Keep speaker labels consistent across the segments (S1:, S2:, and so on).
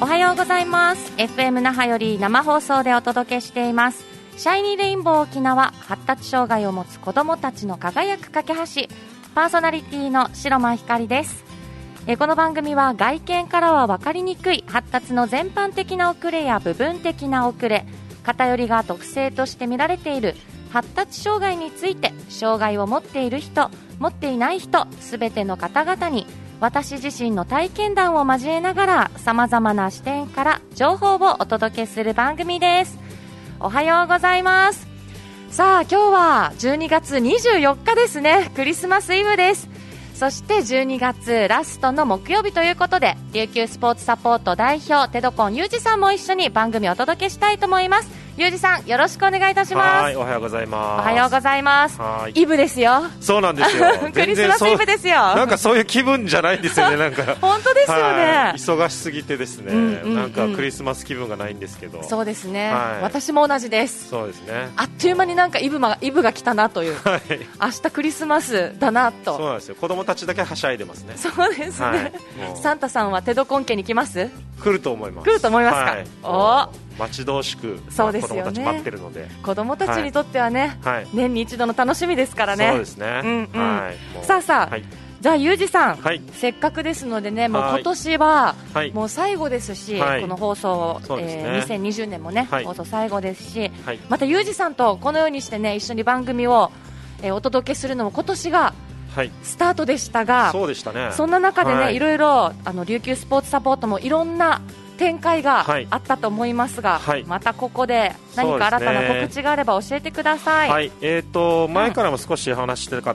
S1: おはようございます FM 那覇より生放送でお届けしていますシャイニーレインボー沖縄発達障害を持つ子どもたちの輝く架け橋パーソナリティの白間ひかりですえこの番組は外見からは分かりにくい発達の全般的な遅れや部分的な遅れ偏りが特性として見られている発達障害について障害を持っている人持っていない人すべての方々に私自身の体験談を交えながらさまざまな視点から情報をお届けする番組ですおはようございますさあ今日は12月24日ですねクリスマスイブですそして12月ラストの木曜日ということで琉球スポーツサポート代表テドコンユージさんも一緒に番組をお届けしたいと思いますユージさんよろしくお願いいたしま
S2: は
S1: す
S2: い、おはようござい
S1: お
S2: ます。
S1: はようございます
S2: はい
S1: イブですよ。
S2: そうなんですよ
S1: クリスマス
S2: 全然そう
S1: イブですよ。
S2: なんかそういう気分じゃないんですよね、なんか
S1: 本当ですよね
S2: はい忙しすぎてですね、
S1: うんうんうん
S2: なんかクリスマス気分がないんですけど。
S1: そうですね、
S2: はい
S1: 私も同じです
S2: そうですね。
S1: あっという間になんかイブがイブが来たなという
S2: はい。
S1: 明日クリスマスだな
S2: そう
S1: と
S2: なんですよ。子供たちだけはしゃいでますね。
S1: そうですね、
S2: はいもう
S1: サンタさんはテドコン家に来ます
S2: 来ると思います。
S1: 来ると思いますか
S2: はいもう待ち遠しく、
S1: そうですよね
S2: まあ子供たち待ってるので。
S1: 子供たちにとってはね、
S2: はい。
S1: 年に一度の楽しみですからね
S2: そうですね。
S1: うんうん
S2: はいもう
S1: さあさあ
S2: はい。
S1: じゃあユージさん、
S2: はい
S1: せっかくですのでねもう
S2: はい
S1: 今年は
S2: はい
S1: もう最後ですし、
S2: はい
S1: この放送、
S2: そうですね
S1: えー2020年もね、
S2: はい
S1: 放送最後ですし
S2: はい
S1: またユージさんとこのようにしてね一緒に番組を、えーお届けするのも今年が
S2: はい。
S1: スタートでしたが
S2: そうでしたね。
S1: そんな中でね、、
S2: はい
S1: ろいろあの琉球スポーツサポートもいろんな展開が
S2: はい
S1: あったと思いますが、
S2: はい
S1: またここで何か
S2: そ
S1: 新た
S2: うですね
S1: な告知があれば教えてください。
S2: はい、えっ、と前からも少し話してか、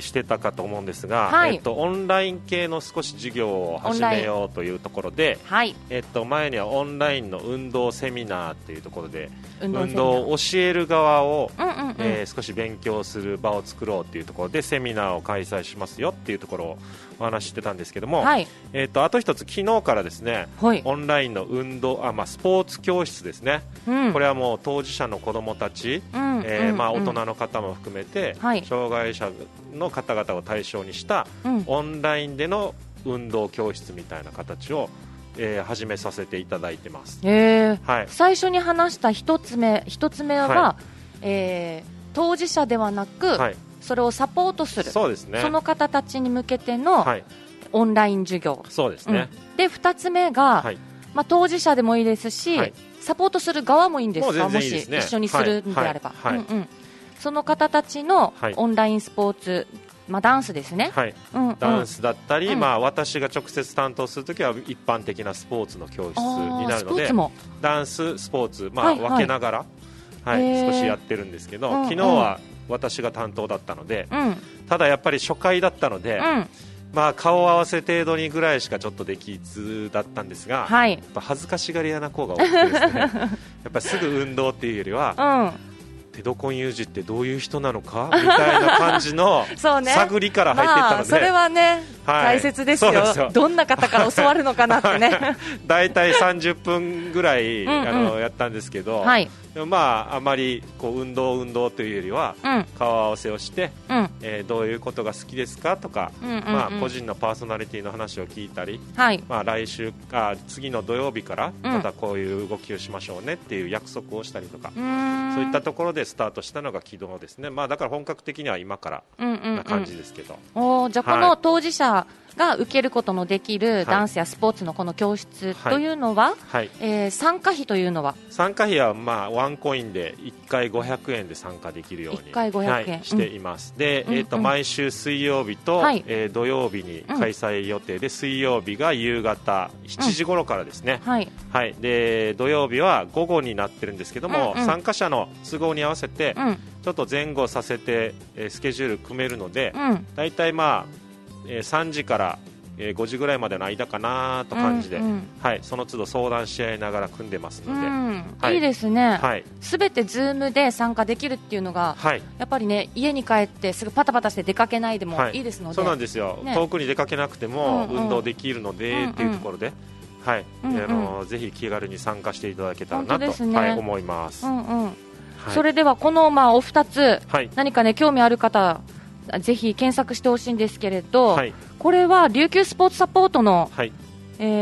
S2: してたかと思うんですが、
S1: はい
S2: えっとオンライン系の少し授業を始めようというところで、
S1: はい、
S2: えっと前にはオンラインの運動セミナーというところで
S1: 運動セ
S2: 運
S1: ミナー
S2: 動を教える側を、
S1: うんうんうん、
S2: えー少し勉強する場を作ろうというところでセミナーを開催しますよっていうところをお話ししてたんですけども、
S1: はい、
S2: えっとあと一つ昨日からですね
S1: はい、
S2: オンラインの運動あまあスポーツ教室ですね、
S1: うん
S2: これはもう当事者の子どもたち
S1: うんうん
S2: えーまあ、
S1: う
S2: 大
S1: ん
S2: 人の方も含めて、
S1: はい
S2: 障害者の方々を対象にした
S1: うん
S2: オンラインでの運動教室みたいな形を、えー始めさせていただいてます、
S1: えー
S2: はい、
S1: 最初に話した一つ目、一つ目は、
S2: は
S1: えー当事者ではなく、
S2: はい、
S1: それをサポートする。
S2: そうですね
S1: その方たちに向けての
S2: はい、
S1: オンライン授業、
S2: そうですね、
S1: うんで2つ目が、
S2: はい
S1: まあ、当事者でもいいですし、
S2: はい
S1: サポートする側もいいんですか
S2: もう全然いいですね
S1: もし一緒にするんであれば、
S2: はいはい
S1: うんうん、その方たちの
S2: はい
S1: オンラインスポーツ、まあ、ダンスですね、
S2: はい、
S1: うんうん、
S2: ダンスだったり、
S1: うん
S2: まあ、私が直接担当するときは一般的なスポーツの教室
S1: あー
S2: になる
S1: スポ
S2: の
S1: ー
S2: で
S1: ツも、
S2: ダンス、スポーツ、まあ
S1: はいはい
S2: 分けながら、はい
S1: へー
S2: 少しやってるんですけど、
S1: うんうん
S2: 昨日は私が担当だったので、
S1: うんうん、
S2: ただやっぱり初回だったので、まあ、顔合わせ程度にぐらいしかちょっとできずだったんですが、や
S1: はい、
S2: っぱ恥ずかしがり屋な子が多くてです ねやっぱすぐ運動っていうよりは
S1: う
S2: 手どこん友人ってどういう人なのかみたいな感じの
S1: ん、 そうね。
S2: 探りから入っていった
S1: ま
S2: の
S1: あ、
S2: で、
S1: それはね、
S2: は
S1: 大
S2: い
S1: 切ですよ
S2: そうですよ
S1: どんな方から教わるのかなって ね、
S2: 大体30分ぐらい
S1: うんうん
S2: あのやったんですけど、
S1: はい、
S2: でもまあ、あまりこう運動、運動というよりは
S1: うん、うん、
S2: 顔合わせをして、
S1: うん、
S2: えーどういうことが好きですかとか、
S1: うん、うん、
S2: まあ、個人のパーソナリティの話を聞いたり。
S1: はい、
S2: まあ、来週あ次の土曜日から
S1: うん
S2: またこういう動きをしましょうねっていう約束をしたりとか、
S1: うーん
S2: そういったところでスタートしたのが昨日ですね、まあ、だから本格的には今から
S1: うんうんうん
S2: な感じですけど、
S1: おーじゃあこ
S2: はい
S1: の当事者が受けることのできるダンスやスポーツのこの教室
S2: はい
S1: というのは、
S2: はい、
S1: えー参加費というのは、
S2: 参加費はまあワンコインで1回500円で参加できるように
S1: 一回500円
S2: はいしています、で、
S1: うん
S2: えー、と
S1: うん
S2: 毎週水曜日と、
S1: はい
S2: えー土曜日に開催予定で、水曜日が夕方7時頃からですね、
S1: はい、
S2: はい、で土曜日は午後になってるんですけども、
S1: うんうん
S2: 参加者の都合に合わせて、
S1: うん、
S2: ちょっと前後させて、えースケジュール組めるので、
S1: うん、
S2: 大体まあ、えー3時から、えー5時ぐらいまでの間かなと感じで、
S1: うんうん
S2: はい、その都度相談し合いながら組んでます
S1: う
S2: ので、
S1: ん、
S2: はいい
S1: いですね
S2: はい、
S1: すべ、て Zoom で参加できるっていうのが、
S2: はい、
S1: やっぱりね家に帰ってすぐパタパタして出かけないでも
S2: はい
S1: いいですので、
S2: そうなんですよ、
S1: ね
S2: 遠くに出かけなくても、
S1: うんうん
S2: 運動できるので、
S1: うんうん
S2: っていうところで。はい、
S1: うんうん
S2: あのーぜひ気軽に参加していただけたらな
S1: 本当で
S2: と、
S1: すね
S2: はい、思います、
S1: うんうん
S2: はい
S1: それではこのまあお二つ
S2: はい
S1: 何かね興味ある方ぜひ検索してほしいんですけれど、
S2: はい
S1: これは琉球スポーツサポートの
S2: はい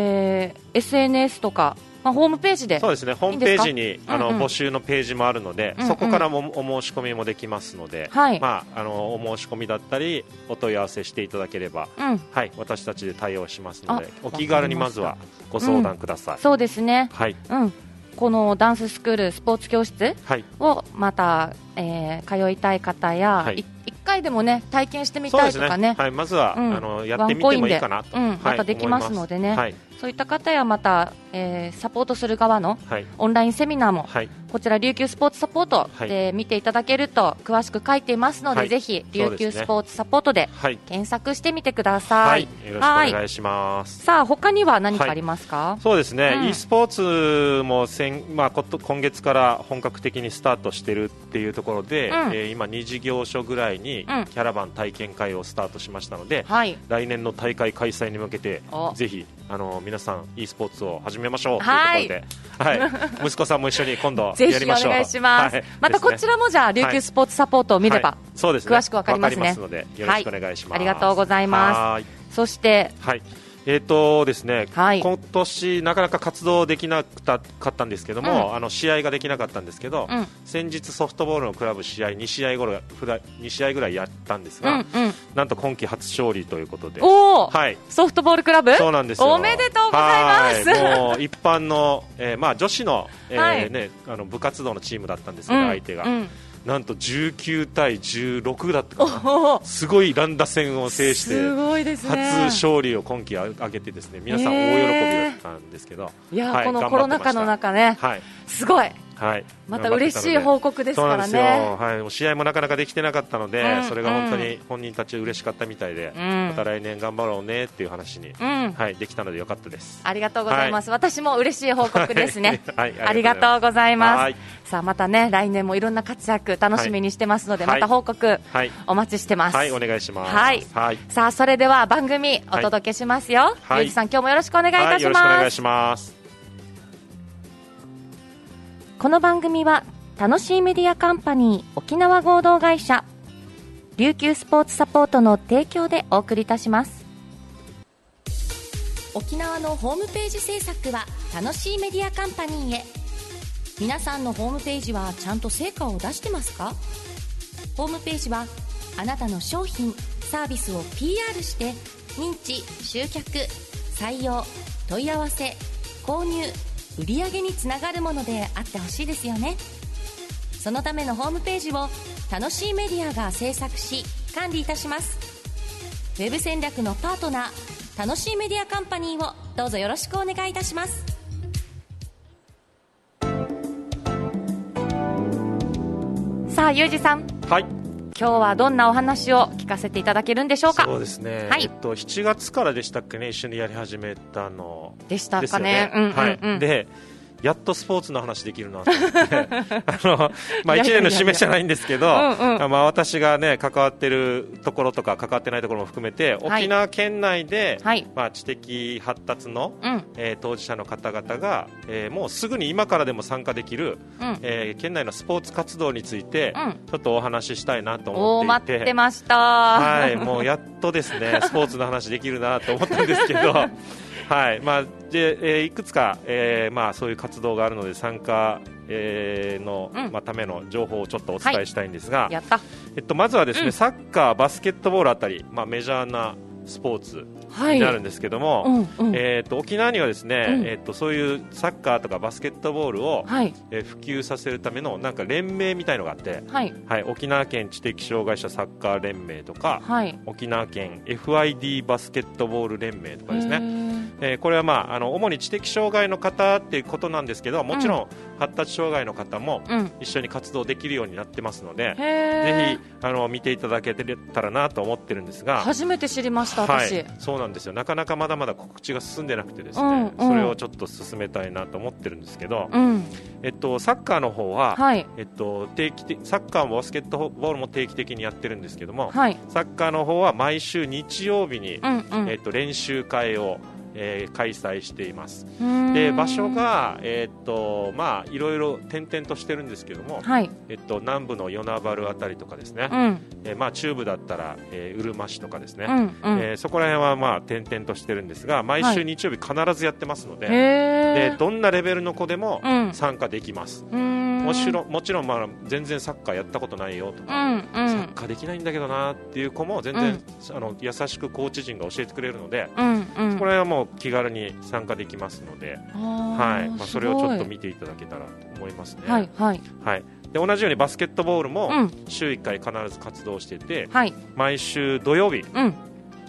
S1: えー SNS とか、まあ、ホームページで
S2: そうですねホームページに
S1: すか
S2: あの、
S1: うんうん
S2: 募集のページもあるので、
S1: うんうん
S2: そこからもお申し込みもできますので、
S1: はい
S2: まあ、あのお申し込みだったりお問い合わせしていただければ、
S1: うん、
S2: はい、私たちで対応しますので
S1: あ
S2: お気軽にまず
S1: わ
S2: は
S1: か
S2: ご相談ください、
S1: そうですね、
S2: はい、
S1: うん、このダンススクールスポーツ教室
S2: はい、
S1: をまた、えー通いたい方や、
S2: はい
S1: い一回でもね体験してみ
S2: そう
S1: た
S2: で
S1: い
S2: す
S1: と
S2: ね
S1: かね
S2: はい、まずは、
S1: うん
S2: あのやってみてもいいかなと、
S1: ワンコインでうん
S2: は
S1: ま
S2: い
S1: たできますのでね
S2: 思います
S1: そういった方やまた、えーサポートする側の
S2: はい、
S1: オンラインセミナーも、
S2: はい、
S1: こちら琉球スポーツサポートで見ていただけると詳しく書いていますので、
S2: はい
S1: ぜひ
S2: そう
S1: 琉
S2: ですね
S1: 球スポーツサポートで
S2: はい、
S1: 検索してみてくださ。
S2: はいい、よろしくお願いします。
S1: さあ他には何かありますか？
S2: そうですね、
S1: うん
S2: e スポーツも先、まあ、こと今月から本格的にスタートしてるっていうところで、
S1: うん
S2: えー今、2事業所ぐらいにキ
S1: うん
S2: ャラバン体験会をスタートしましたので、
S1: はい。
S2: 来年の大会開催に向けて
S1: お
S2: ぜひあの皆さん e スポーツを始めましょうと
S1: はい
S2: いうことで、はい息子さんも一緒に今度
S1: ぜ
S2: や
S1: ひ
S2: り
S1: お
S2: ましょう
S1: 願いします。
S2: はい
S1: またこちらもじゃあ琉球スポーツサポートを見れば、
S2: はいそうですね
S1: 詳しくわかりますね
S2: わのでよろしくお願いします、
S1: はいありがとうございます
S2: はーい
S1: そして
S2: はいえーとですね
S1: はい
S2: 今年、なかなか活動できなくたかったんですけども、あの試合ができなかったんですけど、
S1: うん
S2: 先日、ソフトボールのクラブ試合2試合ごろふら2試合ぐらいやったんで
S1: う
S2: す
S1: んう
S2: が、
S1: ん
S2: なんと今季初勝利ということで、
S1: おお、
S2: はい、
S1: ソフトボールクラブ
S2: そうなんですよ
S1: おめでとうございます
S2: はもう一般の、えーまあ、女子の,、えー
S1: はい
S2: ね、あの部活動のチームだったんですけ
S1: う
S2: ど、
S1: ん
S2: 相手が、
S1: うん
S2: なんと19対16だったかな
S1: おお
S2: すごい乱打戦を制して
S1: すごいですね
S2: 初勝利を今季挙げてですね皆さん大喜びだったんですけど、
S1: いや、
S2: はい
S1: この
S2: 頑
S1: コ
S2: 張
S1: ロ
S2: って
S1: ナ
S2: ました
S1: 禍の中ね、
S2: はい
S1: すごい
S2: はい、
S1: また嬉しい
S2: 方
S1: 報告です
S2: そう
S1: か
S2: なんで
S1: ら
S2: すよ、
S1: ね
S2: はい、もう試合もなかなかできてなかったので、
S1: うん
S2: それが本当に本人たち嬉しかったみたいで、
S1: うん
S2: また来年頑張ろうねっていう話に、
S1: うん
S2: はい、できたのでよかったです。、
S1: ありがとうございます、私も嬉しい報告ですね
S2: はいはい
S1: ありがとうございます
S2: はい
S1: さあまたね来年もいろんな活躍楽しみにしてますので、
S2: は
S1: ま
S2: い
S1: た報告
S2: はい
S1: お待ちしてます、
S2: はい、お願いします。
S1: はい
S2: はい。
S1: さあそれでは番組お届けしますよ、
S2: はい
S1: ゆうじさん今日もよろしくお願いい
S2: は
S1: た
S2: い、
S1: し
S2: よろしくお
S1: ま
S2: 願
S1: す
S2: いします。
S1: この番組は楽しいメディアカンパニー沖縄合同会社琉球スポーツサポートの提供でお送りいたします沖縄のホームページ制作は楽しいメディアカンパニーへ皆さんのホームページはちゃんと成果を出してますかホームページはあなたの商品サービスを PR して認知集客採用問い合わせ購入売上につながるものであってほしいですよねそのためのホームページを楽しいメディアが制作し管理いたしますウェブ戦略のパートナー楽しいメディアカンパニーをどうぞよろしくお願いいたしますさあゆうじさん
S2: はい。
S1: 今日はどんなお話を聞かせていただけるんでしょうか
S2: そうですね。
S1: はい
S2: えっと、7月からでしたっけね、一緒にやり始めたの。
S1: でした
S2: です
S1: か
S2: よ
S1: ね
S2: ね。
S1: うんうんうん
S2: はい。で。やっとスポーツの話できるなと思 って、あの、まあ、
S1: いやいやいや
S2: 一年の締めじゃないんですけど、
S1: うんうん
S2: まあ、私がね、関わってるところとか、関わってないところも含めて、
S1: はい
S2: 沖縄県内で、
S1: はい
S2: まあ、知的発達の、
S1: うん
S2: えー当事者の方々が、えーもうすぐに今からでも参加できる、
S1: うん
S2: えー県内のスポーツ活動について、
S1: うん
S2: ちょっとお話ししたいなと
S1: お
S2: 思
S1: お
S2: っ
S1: 待
S2: ていて
S1: ってました
S2: はい、もうやっとです ねスポーツの話できるなと思ったんですけど、はいまあでえーいくつか、えーまあ、そういう活動があるので参加、えーの
S1: うん
S2: まあ、ための情報をちょっとお伝えしたいんです が、
S1: やった
S2: えっと、まずはですね、
S1: うん
S2: サッカー、バスケットボールあたり、まあ、メジャーなスポーツ
S1: は
S2: になるんですけども、
S1: うんうん
S2: えー、と沖縄にはですね、
S1: うん
S2: えー、とそういうサッカーとかバスケットボールを、
S1: はい
S2: えー普及させるためのなんか連盟みたいのがあって、
S1: はい
S2: はい、沖縄県知的障害者サッカー連盟とか、
S1: はい
S2: 沖縄県 FID バスケットボール連盟とかです
S1: へ
S2: ね、
S1: ー
S2: えーこれは、まあ、あの主に知的障害の方っていうことなんですけどもちろん発達障害の方も
S1: うん
S2: 一緒に活動できるようになってますので、
S1: へ
S2: ぜひあの見ていただけたらなと思ってるんです
S1: ー
S2: が。
S1: 初めて知りました
S2: はい
S1: 私、、
S2: そうなんですよなかなかまだまだ告知が進んでなくてです
S1: う
S2: ね、
S1: んうん
S2: それをちょっと進めたいなと思ってるんですけど、
S1: うん
S2: えっと、サッカーの方は、
S1: はい
S2: えっと、定期的サッカーもバスケットボールも定期的にやってるんですけども、
S1: はい
S2: サッカーの方は毎週日曜日に、
S1: うんうん
S2: えっと、練習会を、ええー開催しています
S1: うん
S2: で場所が、えーっとまあ、いろいろ転々としてるんですけども、
S1: はい
S2: えっと、南部の与那原あたりとかですね、
S1: うん
S2: えーまあ、中部だったら、えーうるま市とかですね、
S1: うんうん
S2: えーそこら辺は、まあ、転々としてるんですが毎週日曜日必ずやってますので,、
S1: へえ
S2: でどんなレベルの子でも
S1: うん
S2: 参加できます、
S1: も
S2: もちろんもちろん、まあ、全然サッカーやったことないよと
S1: う
S2: か、
S1: んう
S2: サ
S1: ん
S2: ッカーできないんだけどなっていう子も全然、あの優しくコーチ陣が教えてくれるので、
S1: うんうん
S2: これはもう気軽に参加できますので、
S1: は
S2: はいまあ、それをちょっと見ていただけたらと思いますね、
S1: はいはい
S2: はい、で同じようにバスケットボールも
S1: うん
S2: 週1回必ず活動してて、
S1: はい
S2: 毎週土曜日
S1: うん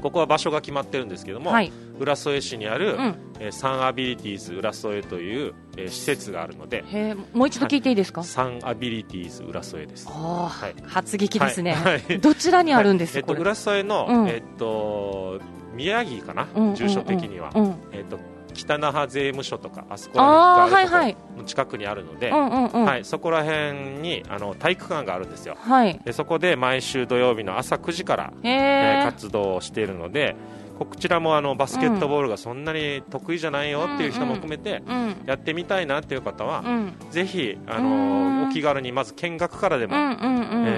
S2: ここは場所が決まってるんですけども、
S1: はい
S2: 浦添市にある、
S1: うん
S2: えーサンアビリティーズ浦添という、えー施設があるので
S1: へえもう一度聞いていいですか
S2: サンアビリティーズ浦添です。
S1: あ
S2: はい
S1: あ発撃ですね
S2: はいはい
S1: どちらにあるんで
S2: え
S1: す
S2: っと
S1: これ
S2: 浦添の、
S1: うん
S2: えっと宮城かな、
S1: うんうんうん
S2: 住所的には、
S1: うん
S2: えっと北那覇税務署とかあそこ
S1: あー
S2: があるとこ
S1: はいはい
S2: の近くにあるので、
S1: うんうんうん
S2: はい、そこら辺にあの体育館があるんですよ。
S1: はい
S2: でそこで毎週土曜日の朝9時から、
S1: へ
S2: えー
S1: え
S2: 活動をしているのでここちらもあのバスケットボールがそんなに得意じゃないよっていう人も含めて
S1: うん
S2: やってみたいなっていう方は、
S1: うん
S2: ぜひあ
S1: うん
S2: のお気軽にまず見学からで
S1: う
S2: も、
S1: んうん
S2: え
S1: う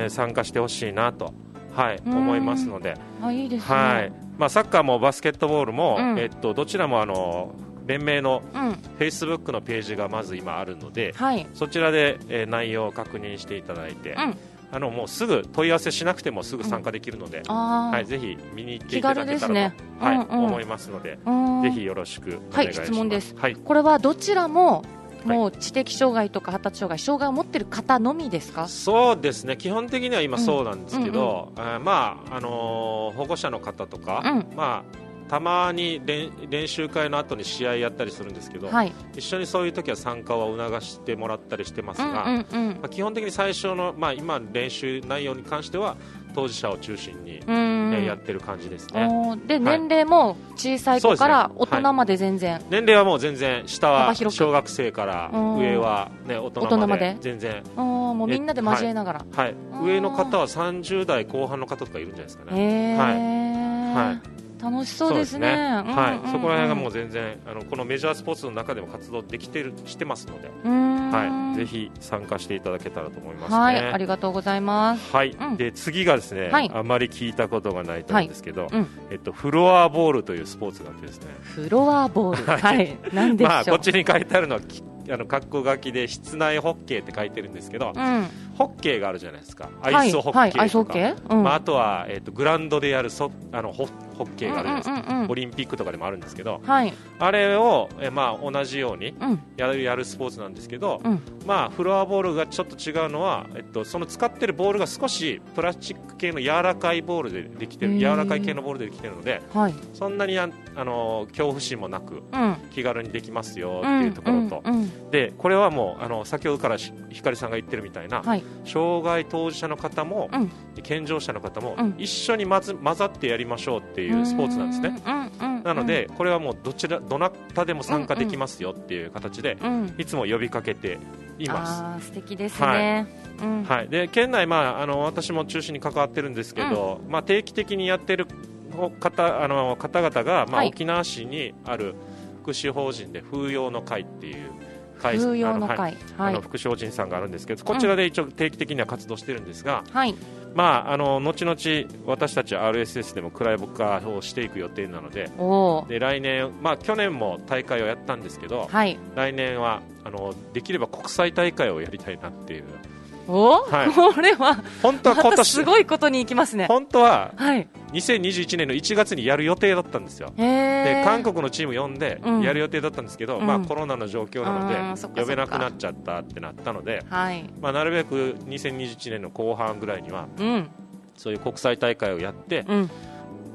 S2: ー
S1: ん
S2: 参加してほしいなと、はい、
S1: ん
S2: 思いますので、
S1: あいいですね
S2: はいまあ、サッカーもバスケットボールも、
S1: うん
S2: えっと、どちらもあの連盟の
S1: うん
S2: フェイスブックのページがまず今あるので
S1: はい
S2: そちらで、えー内容を確認していただいて、
S1: うん
S2: あのもうすぐ問い合わせしなくてもすぐ参加できるので、
S1: あ
S2: は
S1: あ
S2: い、ぜひ見に行っていただけ
S1: 気
S2: た
S1: 軽
S2: ら
S1: ですね
S2: と、はい
S1: うんうん
S2: 思いますので、
S1: うん
S2: ぜひよろしくお
S1: は
S2: 願
S1: い
S2: いします。
S1: 質問です
S2: はい、
S1: これはどちらも
S2: い
S1: もう知的障害とか発達障害障害を持ってる方のみですか
S2: そうですね。基本的には今そうなんですけど、あーまああのー保護者の方とか、
S1: う
S2: まあたまに練練習会の後に試合やったりするんですけど、
S1: はい
S2: 一緒にそういう時は参加を促してもらったりしてます
S1: うん
S2: が、
S1: うんうん
S2: まあ、基本的に最初のまあ今練習内容に関しては当事者を中心に、
S1: うん
S2: えーやってる感じですね。
S1: おーで、
S2: い
S1: 年齢も小さい子から
S2: そう
S1: 大
S2: ですねはい
S1: 人まで全然、
S2: 年齢はもう全然下
S1: 幅
S2: は
S1: 広く
S2: 小学生から
S1: うん
S2: 上は、ね、大人
S1: 大人
S2: まで
S1: まで
S2: 全然、
S1: あーもうみんなで交えながら、
S2: はい
S1: ん、
S2: 上の方は30代後半の方とかいるんじゃないですか
S1: へ
S2: ね。
S1: え、
S2: はい
S1: 楽しそうですね
S2: はい、そこら辺がも
S1: う
S2: う全然あのこのメジャースポーツの中でも活動できてるしてますので、
S1: んうんうん、
S2: はい、ぜひ参加していただけたらと思いますね。
S1: はいありがとうございます
S2: はい
S1: うん
S2: で次がですね、
S1: はい
S2: あまり聞いたことがないと思うんですけど、
S1: いうん
S2: えっと、フロアボールというスポーツがあってですね、
S1: フロアボール
S2: は
S1: はいい何でしょう、
S2: まあ、こっちに書いてあるのはき あの格好書きで室内ホッケーって書いてるんですけど、
S1: うん
S2: ホッケーがあるじゃないですか、アイスホッケーとか、
S1: はいはい、アイスホッケー、うん
S2: まあ、あとは、えっとグラウンドでやるそあのホホッケーがあるじゃないです
S1: う
S2: か、
S1: んうんうん
S2: オリンピックとかでもあるんですけど、
S1: はい
S2: あれを、えまあ、同じように
S1: うん
S2: やるやるスポーツなんですけど、
S1: うん
S2: まあ、フロアボールがちょっと違うのは、えっと、その使ってるボールが少しプラスチック系の柔らかいボールでできて
S1: へ
S2: る
S1: ー
S2: 柔らかい系のボールでできてるので
S1: はい
S2: そんなにああの恐怖心もなく
S1: うん
S2: 気軽にできますよっていうところと、
S1: うんうんうん
S2: でこれはもうあの先ほどからしひかりさんが言ってるみたいな、
S1: はい
S2: 障害当事者の方も、
S1: うん
S2: 健常者の方も、
S1: うん
S2: 一緒にまず混ざってやりましょうっていうスポーツなんですね。
S1: うんうんうん
S2: なので、これはもうどちらどなたでも参加できますよっていう形で、
S1: うん
S2: いつも呼びかけています。
S1: あー素敵ですね、うん
S2: はい、で県内、まあ、あの私も中心に関わってるんですけど、まあ、定期的にやってる方あの方々が、まあ
S1: はい
S2: 沖縄市にある福祉法人で風謡の会っていう会
S1: 風謡の
S2: あの,、はい
S1: 会は
S2: あ
S1: い
S2: の福祉法人さんがあるんですけどこちらで一応定期的には活動してるんですが、
S1: はい
S2: まあ、あの後々私たち RSS でもクライボ化をしていく予定なので。
S1: おおー
S2: で来年、まあ、去年も大会をやったんですけど、
S1: はい
S2: 来年はあのできれば国際大会をやりたいなっ ていう
S1: お、
S2: はい
S1: これは
S2: 本当
S1: ま
S2: は今
S1: た
S2: 年、
S1: すごいことに行きますね
S2: 本当は
S1: はい
S2: 2021年の1月にやる予定だったんですよ。
S1: へえ
S2: で韓国のチーム呼んで
S1: うん
S2: やる予定だったんですけど、
S1: うん
S2: まあ、コロナの状況
S1: あ
S2: な
S1: ー
S2: の
S1: そっかそっか
S2: で呼べなくなっちゃったってなったので、
S1: はい
S2: まあ、なるべく2021年の後半ぐらいには
S1: うん
S2: そういう国際大会をやって
S1: うん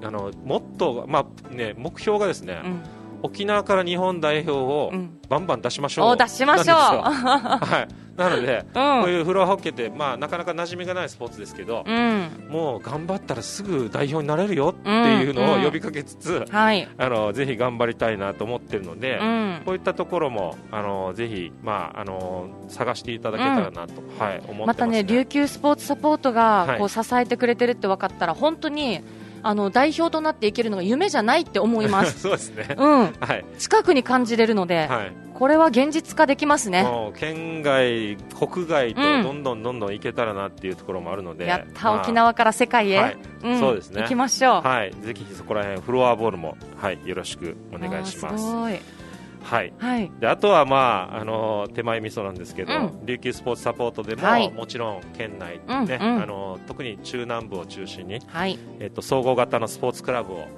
S2: あのもっと、まあね、目標がですね、
S1: うん
S2: 沖縄から日本代表を
S1: うん
S2: バンバン出しましょ
S1: お
S2: う
S1: 出しましょう
S2: なんですよはい、なので、
S1: うん
S2: こういうフロアホッケーって、まあ、なかなか馴染みがないスポーツですけど、
S1: うん
S2: もう頑張ったらすぐ代表になれるよっていうの
S1: うん
S2: を呼びかけつつ、
S1: はい
S2: あのぜひ頑張りたいなと思ってるので、
S1: うん
S2: こういったところもあのぜひ、まあ、あの探していただけたらなと、はい、思ってます、ね
S1: またね琉球スポーツサポート
S2: は
S1: が
S2: い
S1: こう支えてくれてるって分かったら本当にあの代表となっていけるのが夢じゃないって思いま す。
S2: そうですね。
S1: うん、
S2: はい。
S1: 近くに感じれるので、
S2: はい。
S1: これは現実化できますね。
S2: もう県外、国外と
S1: うん
S2: どんどんどんどん行けたらなっていうところもあるので、
S1: やった、
S2: まあ
S1: 沖縄から世界へ、
S2: はい
S1: うん
S2: そうですね
S1: 行きましょう。
S2: はい、ぜひそこら辺フロアボールもはいよろしくお願いし
S1: あー
S2: ます。
S1: すごい。
S2: はい。
S1: はい。
S2: であとはまああの手前味噌なんですけど、
S1: う
S2: 琉球スポーツサポートでも、
S1: はい
S2: もちろん県内
S1: うん
S2: ね、
S1: うん
S2: あの特に中南部を中心に
S1: はい。
S2: えっと総合型のスポーツクラブを、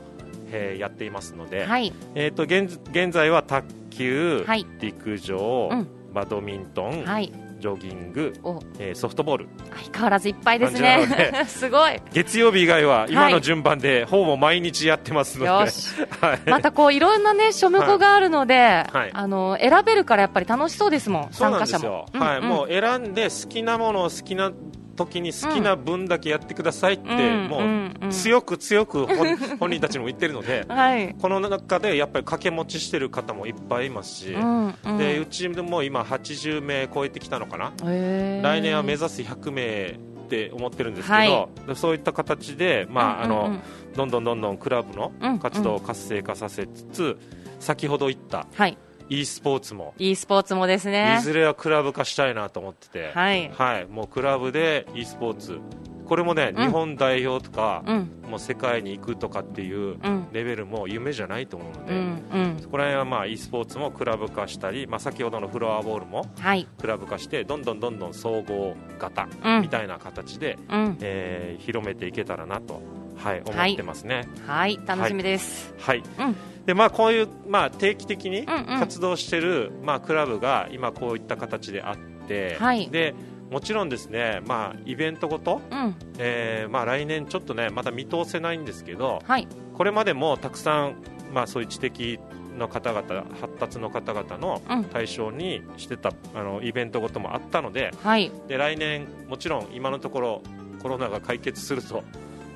S2: えーやっていますので、
S1: はい。
S2: えっと現現在は卓球、
S1: はい
S2: 陸上、
S1: うん
S2: バドミントン、
S1: はい。
S2: ジョギング、
S1: お、
S2: えーソフトボール。
S1: 相変わらずいっぱいです
S2: 感じなの
S1: ね。 すごい。
S2: 月曜日以外は今
S1: は
S2: の
S1: い
S2: 順番で、ほぼ毎日やってますので、
S1: よし。
S2: はい、
S1: またこういろんなね書目があるので、
S2: はい
S1: あの選べるからやっぱり楽しそうですもん、
S2: そ
S1: 参
S2: うなん
S1: 加
S2: で
S1: 者
S2: すよ
S1: も。。
S2: はい、
S1: んん
S2: もう選んで好きなものを好きな時に好きな分だけやってくださいって、
S1: うん
S2: も
S1: う
S2: うん
S1: うん
S2: 強く強く本 本人たちも言ってるので、
S1: はい。
S2: この中でやっぱり掛け持ちしてる方もいっぱいいますし、
S1: うんうん
S2: でうちでも今80名超えてきたのかな。
S1: へー
S2: 来年は目指す100名って思ってるんですけど、
S1: は
S2: そういった形で、まあ
S1: うんうんうん
S2: あのどんどんどんどんクラブの活動を活性化させつつ、先ほど言った
S1: はい。
S2: e スポーツも
S1: e スポーツもです
S2: い
S1: ね。
S2: ずれはクラブ化したいなと思ってて、
S1: はい。
S2: もうクラブで e スポーツこれもね、
S1: うん
S2: 日本代表とか、
S1: うん
S2: もう世界に行くとかっていう
S1: うん
S2: レベルも夢じゃないと思うの
S1: う
S2: で、
S1: んうん
S2: そこら辺はまあ e スポーツもクラブ化したり、まあ、先ほどのフロアボールも
S1: はい。
S2: クラブ化してどんどんどんどん総合型
S1: うん
S2: みたいな形で、
S1: うん
S2: えー広めていけたらなと、はい、思ってますね。
S1: はい楽しみです。
S2: はい
S1: うん
S2: でまあ、こういう、まあ、定期的に
S1: うんうん
S2: 活動してる、まあ、クラブが今こういった形であって、
S1: はい
S2: でもちろんですね、まあ、イベントごと、
S1: うん
S2: えーまあ、来年ちょっとねまだ見通せないんですけど
S1: はい
S2: これまでもたくさん、まあ、そういう知的の方々発達の方々の
S1: うん
S2: 対象にしてたあのイベントごともあったので
S1: はい
S2: で来年もちろん今のところコロナが解決すると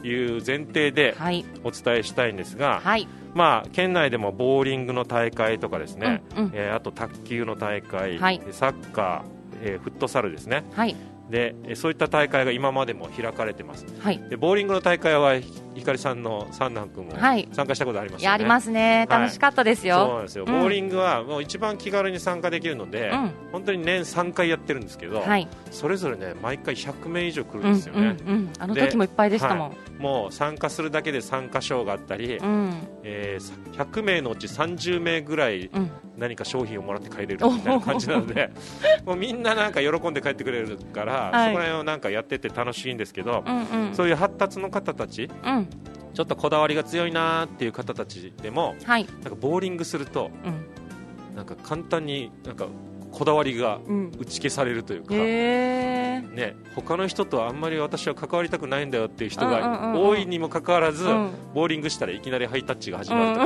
S2: いう前提で
S1: はい
S2: お伝えしたいんですが、
S1: はい
S2: まあ、県内でもボーリングの大会とかですね、
S1: うんうん
S2: えーあと卓球の大会、
S1: はい
S2: でサッカー、えーフットサルですね
S1: はい
S2: でえーそういった大会が今までも開かれてます
S1: はい。
S2: でボーリングの大会はひひかりさんの三男君も
S1: はい
S2: 参加したことありますよね、
S1: やりますね
S2: はい
S1: 楽しかったです
S2: そうな
S1: よ。
S2: んですよ、
S1: うん
S2: ボーリングはもう一番気軽に参加できるので、
S1: うん
S2: 本当に年3回やってるんですけど、
S1: はい。
S2: それぞれね毎回100名以上来
S1: う
S2: る
S1: ん
S2: ん
S1: う
S2: ですよね、
S1: んうんあの時もいっぱいでしたもん。
S2: もう参加するだけで参加賞があったり、
S1: うん
S2: えー100名のうち30名ぐらい
S1: うん
S2: 何か商品をもらって帰れるみたいな感じなので もうみんななんか喜んで帰ってくれるから、
S1: はい
S2: そこら辺をなんかやってて楽しいんですけど
S1: う、んうん
S2: そういう発達の方たち
S1: うん
S2: ちょっとこだわりが強いなーっていう方たちでも
S1: はい
S2: なんかボーリングすると
S1: うん
S2: なんか簡単になんかこだわりが
S1: うん
S2: 打ち消されるというか。
S1: へえ
S2: ね、他の人とあんまり私は関わりたくないんだよっていう人
S1: うんうん
S2: が
S1: うんうん
S2: 多いにもかかわらず、
S1: うん
S2: ボーリングしたらいきなりハイタッチが始まる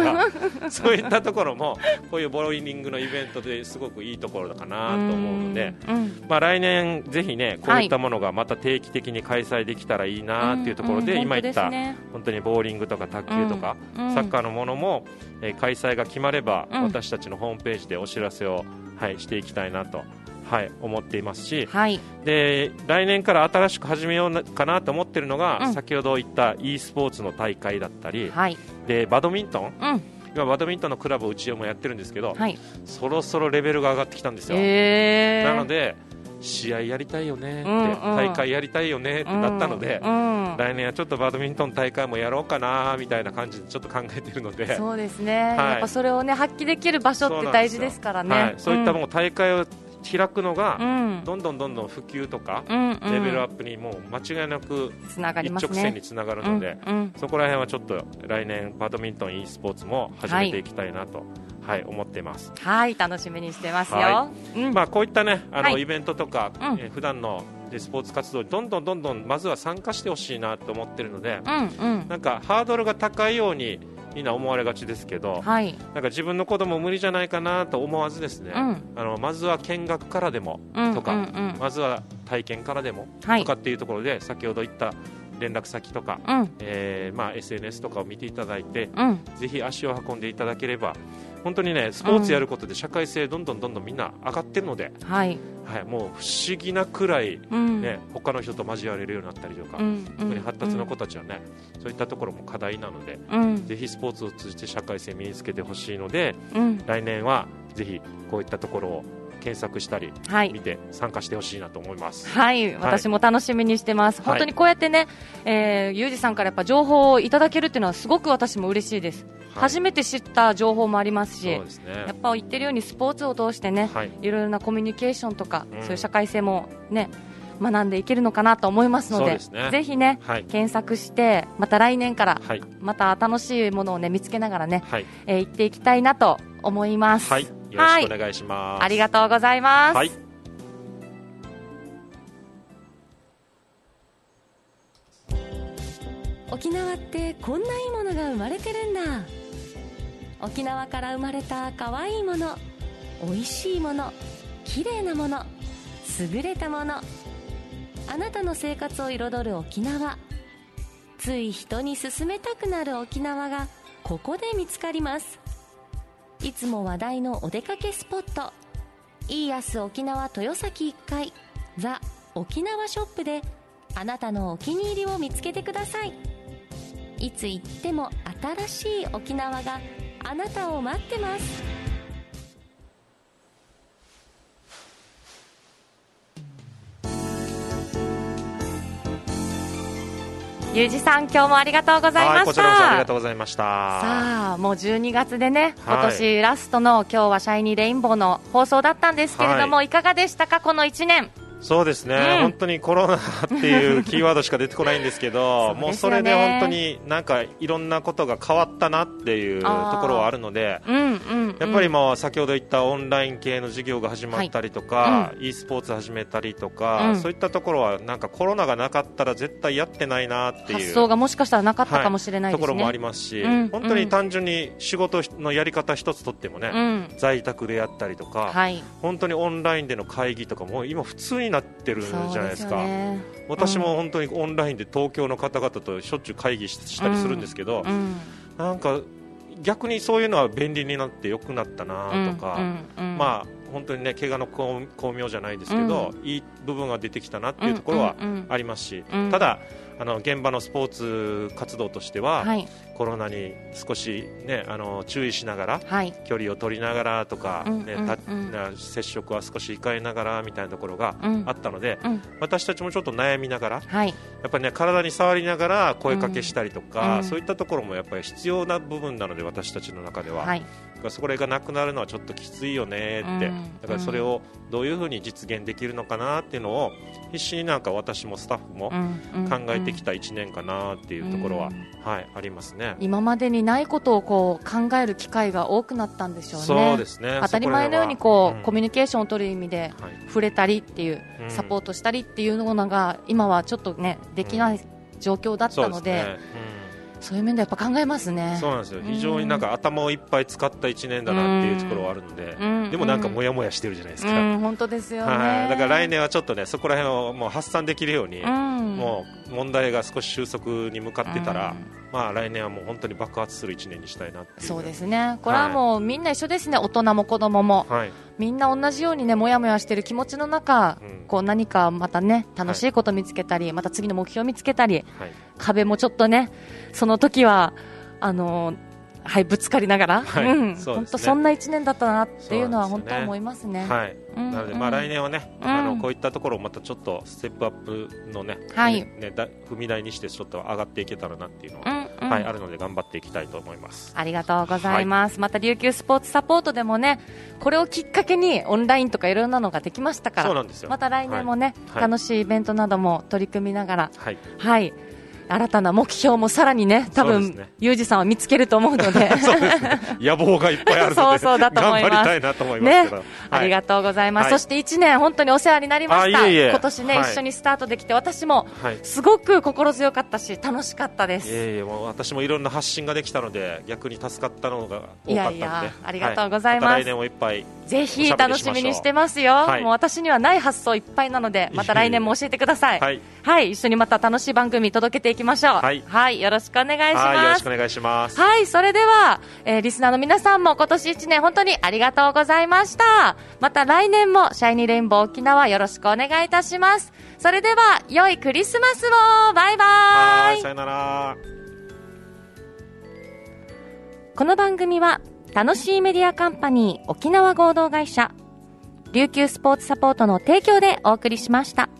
S2: とか、 そういったところもこういうボーリングのイベントですごくいいところかなと思うので。
S1: うん
S2: まあ、来年、ぜひねこういったものがまた定期的に開催できたらいいなっていうところで、
S1: うん
S2: 今言った
S1: 本当ですね
S2: 本当にボーリングとか卓球とか、
S1: うんうん
S2: サッカーのものも、えー開催が決まれば、
S1: うん
S2: 私たちのホームページでお知らせを、はい、していきたいなと、はい、思っていますし、
S1: はい
S2: で来年から新しく始めようなかなと思ってるのが、
S1: うん
S2: 先ほど言った e スポーツの大会だったり
S1: はい
S2: でバドミントン
S1: うん
S2: 今バドミントンのクラブうちもやってるんですけど、
S1: はい
S2: そろそろレベルが上がってきたんですよ、
S1: へえ
S2: なので試合やりたいよねって、
S1: うんうん
S2: 大会やりたいよねってなったので、
S1: うんうん
S2: 来年はちょっとバドミントン大会もやろうかなみたいな感じでちょっと考えてるので。
S1: そうですね
S2: はい
S1: やっぱそれをね発揮できる場所って大事ですから
S2: はい
S1: ね
S2: そういったもの大会を開くの
S1: う
S2: が、
S1: ん
S2: どんどんどんどん普及とか、
S1: うんうん
S2: レベルアップにもう間違いなく
S1: つながり
S2: 一
S1: ます
S2: 直線
S1: ね
S2: につながるので、
S1: うんうん
S2: そこら辺はちょっと来年バドミントン e スポーツも始めていきたいなと、はい思っています。
S1: はい楽しみにしてますよ
S2: は
S1: うん
S2: まあこういったねあの、
S1: はい
S2: イベントとか、
S1: うん
S2: えー普段のでスポーツ活動にどんどんどんどんまずは参加してほしいなと思ってるので、
S1: うんうん
S2: なんかハードルが高いようにみんな思われがちですけど、
S1: はい
S2: なんか自分の子供無理じゃないかなと思わずですね、
S1: うん
S2: あのまずは見学からでも
S1: うん
S2: とか、
S1: うんうん
S2: まずは体験からでも
S1: はい
S2: とかっていうところで、先ほど言った連絡先とか、
S1: うん
S2: えーまあ、SNS とかを見ていただいて、
S1: うん
S2: ぜひ足を運んでいただければ、本当にねスポーツやることで社会性どんどんどんどんみんな上がってるので、
S1: はい、
S2: はい、もう不思議なくらい、
S1: うん
S2: ね他の人と交われるようになったりとか、
S1: うんうん
S2: 特に発達の子たちはね、そういったところも課題なので
S1: うん
S2: ぜひスポーツを通じて社会性身につけてほしいので
S1: うん、
S2: 来年はぜひこういったところを検索したり
S1: はい
S2: 見て参加してほしいなと思います。
S1: はい、私も楽しみにしてます、本当にこうやってね、えー、ゆうじさんからやっぱ情報をいただけるっていうのは、すごく私も嬉しいです、初
S2: め
S1: めて知った情報もありますし、
S2: そうですね
S1: やっぱ言ってるように、スポーツを通してね、
S2: はい、
S1: いろいろなコミュニケーションとか、
S2: うん
S1: そういう社会性もね、学んでいけるのかなと思いますの
S2: そう
S1: で、
S2: ですね
S1: ぜひね、
S2: はい、
S1: 検索して、また来年から、
S2: はい、
S1: また楽しいものをね、見つけながらね、
S2: はい、
S1: えー行っていきたいなと思います。
S2: はい、よろしくお願いします。
S1: ありがとうございます。
S2: はい、
S3: 沖縄ってこんないいものが生まれてるんだ沖縄から生まれた可愛いもの美味しいもの綺麗なもの優れたものあなたの生活を彩る沖縄つい人に勧めたくなる沖縄がここで見つかりますいつも話題のお出かけスポットイーアス沖縄豊崎1階ザ・沖縄ショップであなたのお気に入りを見つけてくださいいつ行っても新しい沖縄があなたを待ってます
S1: ゆうじさん、今日もありがとうございました。
S2: はい、こちらこそありがとうございました。
S1: さあもう12月でね、
S2: はい
S1: 今年ラストの今日は「シャイニーレインボー」の放送だったんですけれども、、
S2: はい
S1: かがでしたか、この1年。
S2: そうですね、
S1: うん
S2: 本当にコロナっていうキーワードしか出てこないんですけど、
S1: そう
S2: も
S1: で
S2: う
S1: す
S2: そ
S1: よね
S2: れで本当になんかいろんなことが変わったなっていうと
S1: あー
S2: ころはあるので。
S1: うんうんうん
S2: やっぱりもう先ほど言ったオンライン系の授業が始まったりとか、e スポーツ始めたりとか、
S1: うん
S2: そういったところはなんかコロナがなかったら絶対やってないなってい
S1: 発
S2: う
S1: 想がもしかしたらなかったかもしれない
S2: と
S1: で
S2: こ
S1: す
S2: ろ
S1: ね。
S2: もありますし、
S1: うん
S2: 本当に単純に仕事のやり方一つとってもね、
S1: うん
S2: 在宅でやったりとか、
S1: はい、
S2: 本当にオンラインでの会議とかも今、普通になってるじゃないですか、
S1: そうね
S2: 私も本当にオンラインで東京の方々としょっちゅう会議ししたりするんですけど、
S1: うん
S2: なんか逆にそういうのは便利になって良くなったなとか、
S1: うんうんうん
S2: まあ、本当にね怪我の巧巧妙じゃないですけど、いい部分が出てきたなっていうところは
S1: うんうんうん
S2: ありますし、
S1: うん
S2: ただあの、現場のスポーツ活動としては、
S1: はい
S2: コロナに少し、ね、あの注意しながら
S1: はい
S2: 距離を取りながらとか、
S1: うん
S2: ね
S1: うん
S2: た
S1: うん
S2: な接触は少し控えながらみたいなところが
S1: うん
S2: あったので、
S1: うん
S2: 私たちもちょっと悩みながらや
S1: はい
S2: っぱり、ね、体に触りながら声かけしたりとか、
S1: うん
S2: そういったところもやっぱり必要な部分なので私たちの中では、
S1: はい
S2: だからそれがなくなるのはちょっときついよねって、
S1: うん
S2: だからそれをどういうふうに実現できるのかなっていうのを必死になんか私もスタッフも考えてき
S1: た
S2: た1年かなっていうところは、
S1: うん
S2: はい、ありますね。
S1: 今までにないことをこう考える機会が多くなったんでしょうね。
S2: そうですね
S1: 当たり前のようにこう、コミュ
S2: ニ
S1: ニケーションを取る意味で
S2: はい
S1: 触れたりっていう、
S2: うん
S1: サポートしたりっていうのが今はちょっとねできない状況だったので,、そう
S2: そうすね
S1: いう面でやっぱ考えます
S2: うん
S1: ね
S2: そうなんですよ
S1: うん
S2: 非常になんか頭をいっぱい使った1年だなっていうところはあるので、
S1: うん
S2: でもなんかも
S1: や
S2: やもやしてるじゃないですか、
S1: うん本当ですよね、
S2: はい、だから来年はちょっとねそこら辺をもう発散できるように、
S1: うん
S2: もう問題が少し収束に向かってたら、
S1: うん
S2: まあ、来年はもう本当に爆発する1年にしたいなっていう
S1: そうですねこれはもうみんな一緒ですね大人も子供も
S2: はい
S1: みんな同じようにねもやもやしてる気持ちの中、
S2: うん
S1: こう何かまたね楽しいこと見つけたり、また次の目標見つけたり
S2: はい
S1: 壁もちょっとねその時はあのはいぶつかりながら、
S2: はい
S1: うん
S2: そう
S1: 本
S2: ですね
S1: 当そんな一年だったなっていうのは
S2: そうな
S1: 本
S2: んですよね
S1: 当思いますね。
S2: はい
S1: うん
S2: なので、まあ、来年はね、
S1: うん
S2: あのこういったところをまたちょっとステップアップのね,、
S1: はい
S2: ねだ踏み台にしてちょっと上がっていけたらなっていうの
S1: う
S2: は、
S1: んうん
S2: はい、あるので頑張っていきたいと思います。
S1: ありがとうございます、また琉球スポーツサポートでもねこれをきっかけにオンラインとかいろんなのができましたか
S2: そう
S1: ら
S2: なんですよ
S1: また来年もね、
S2: はい
S1: 楽しいイベントなども取り組みながら、
S2: はい、
S1: はい、新たな目標もさらにね多
S2: そうです
S1: 分
S2: ね
S1: ユージさんは見つけると思うの で
S2: そうですね。野望がいっぱいあるので、
S1: そうそうだと思います
S2: 頑張りたいなと思いますけど。
S1: ありがとうございます、
S2: はい
S1: そして1年本当にお世話になりました
S2: あいえいえ
S1: 今年ね、
S2: はい
S1: 一緒にスタートできて私も
S2: はい。はい。
S1: すごく心強かったし楽しかったです
S2: いえいえ、もう私もいろんな発信ができたので、逆に助かったのが多かったので。
S1: いやいやあり
S2: は
S1: がとうございます
S2: た来年もいっぱい。
S1: ぜひ楽しみにしてますよ、
S2: はい
S1: もう私にはない発想いっぱいなので、また来年も教えてください。
S2: はい。
S1: はい、一緒にまた楽しい番組届けていいきましょう。
S2: はい
S1: よろしくお願いし
S2: はい、よろ
S1: ま
S2: しく
S1: す。
S2: お願いします。
S1: はい、それでは、えーリスナーの皆さんも今年1年本当にありがとうございました。また来年もシャイニーレインボー沖縄よろしくお願いいたします。それでは、良いクリスマスをバイバ
S2: は
S1: イ
S2: い、さよなら。
S1: この番組は楽しいメディアカンパニー沖縄合同会社琉球スポーツサポートの提供でお送りしました。